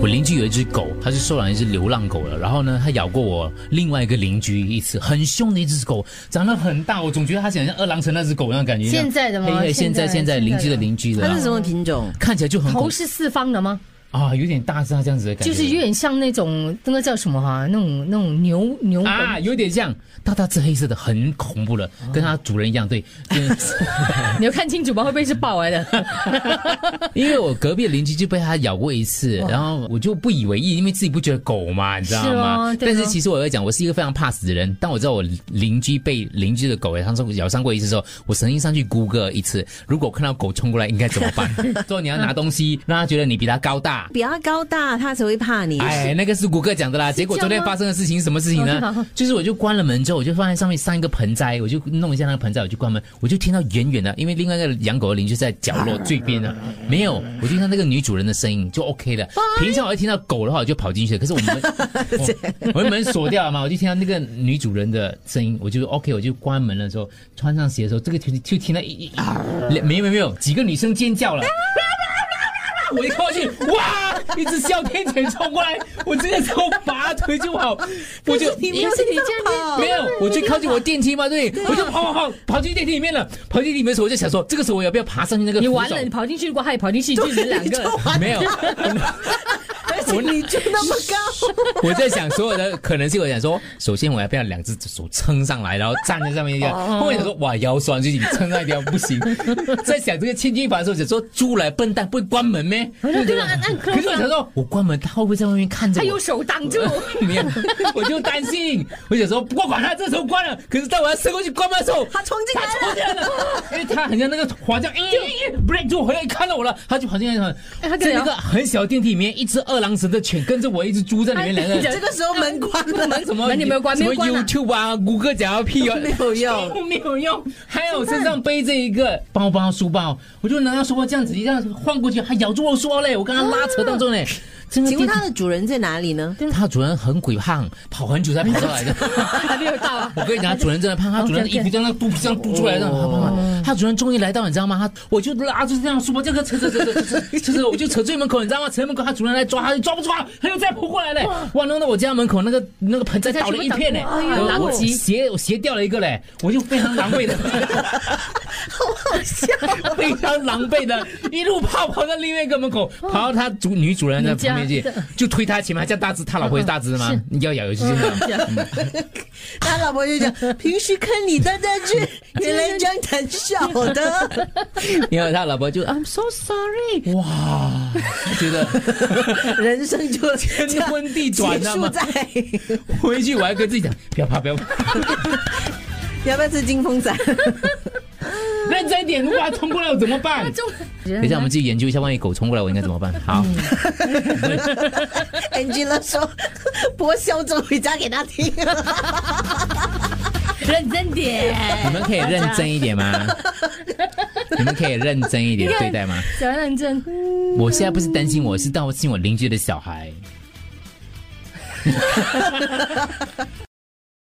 我邻居有一只狗，它是收养一只流浪狗了。然后呢，它咬过我另外一个邻居一次，很凶的一只狗，长得很大，我总觉得它想像二郎神那只狗那种感觉。现在的吗黑黑现现在在现在现在邻居的邻居的它啦是，什么品种？看起来就很头狗是四方的吗？啊，有点大只它这样子的感觉，就是有点像那种那个叫什么哈、那种那种牛牛纹啊，有点像大大只黑色的，很恐怖的，跟它主人一样。对，就是你要看清楚吧，会不会是豹来的？ 因为我隔壁的邻居就被它咬过一次，然后我就不以为意，因为自己不觉得狗嘛，你知道是吗？哦对但哦是其实我要讲，我是一个非常怕死的人。当我知道我邻居被邻居的狗咬伤咬伤过一次之后，我曾经上去 Google 一次，如果我看到狗冲过来应该怎么 办？说你要拿东西，让它觉得你比它高大。比它高大，它才会怕你。 哎，那个是谷歌讲的啦。结果昨天发生的事情是什么事情哦真的呢啊？就是我就关了门之后，我就放在上面上一个盆栽，我就弄一下那个盆栽，我就关门，我就听到远远的，因为另外一个养狗的邻居在角落最边的，没有，我就听到那个女主人的声音就 OK 了。平常我一听到狗的话，我就跑进去了，可是我们哦我我的门锁掉了嘛，我就听到那个女主人的声音，我就 OK，我就关门了之后，穿上鞋的时候，这个就就听到一一一没有没有没有几个女生尖叫了。我一靠过去，哇！一只哮天犬冲过来，我这个时候拔腿就跑，我就你没有是你听到这样跑没有，我就靠近我电梯嘛，对，我就跑跑跑跑进电梯里面了。跑进里面的时候，我就想说，这个时候我要不要爬上去那个扶你手？完了，你跑进去，如果他也跑进去，就你们两你就个。完没有，而且你就那么高，我在想所有的可能性，我想说，首先我要不要两只手撑上来，然后站在上面一样。后来想说，哇，腰酸，最近撑上一条不行。在想这个千钧一发的时候，想说，猪来笨蛋不会关门咩？我说对了，按按可是我想 close 啊。说，我关门，他会不会在外面看着他我用？手挡住，没有，我就担心，我想说，不过管他，这时候关了。可是当我要伸过去关门的时候，它冲进他来冲了。进来了，因为他很像那个滑翔，咦咦咦，break 就回来看到我了，他就跑进来，哎他跟在你那聊个很小电梯里面，一只二郎神的犬跟着我，一只猪在里面，两个人这个时候门关了，门什么门你没有关什么没有关啊 YouTube 啊，谷歌讲的 屁哦，没有用。没有用，还有身上背着一个包包、书包，我就拿到书包这样子一样晃过去，还咬住我书包嘞，我跟他拉扯当啊中嘞。真的请问电梯它的主人在哪里呢？它主人很鬼胖，跑很久才跑出来的。还没有到啊。我跟你讲，他主人真的胖，他主人的衣服这样肚皮这样凸出来的，他胖胖。他主人终于来到，你知道吗？他我就拉住这样书包，这个扯扯扯扯扯扯扯，我就扯最门口，你知道吗？扯门口，他主人来抓，他就抓不住他，他又再扑过来嘞。哇，弄到我家门口那个那个盆栽倒了一片嘞，哎呀我狼藉鞋我鞋掉了一个嘞，我就非常狼狈的，好好笑。 非常狼狈的，一路跑跑到另外一个门口，跑到他主女主人的旁边去你家，就推他前面，他叫大只，他老婆也大只吗是？你要咬有 就是这样。他老婆就讲，平时看你大大只， 原来长胆小的。因为他老婆就 I'm so sorry，哇，他觉得人生就天天昏地转啊结的束嘛。在， 回去我还跟自己讲，不要怕，不要怕，要不要吃金风伞？认真一点，如果他冲过来我怎么 办？ 等等一下，我们自己研究一下，万一狗冲过来，我应该怎么办？ 好， Angela 说：“ 播笑着回家给他听。认真点。你们可以认真一点 吗？你们可以认真一点你看对待 吗？想要认真，我现在不是担心我，是担心我邻居的小孩。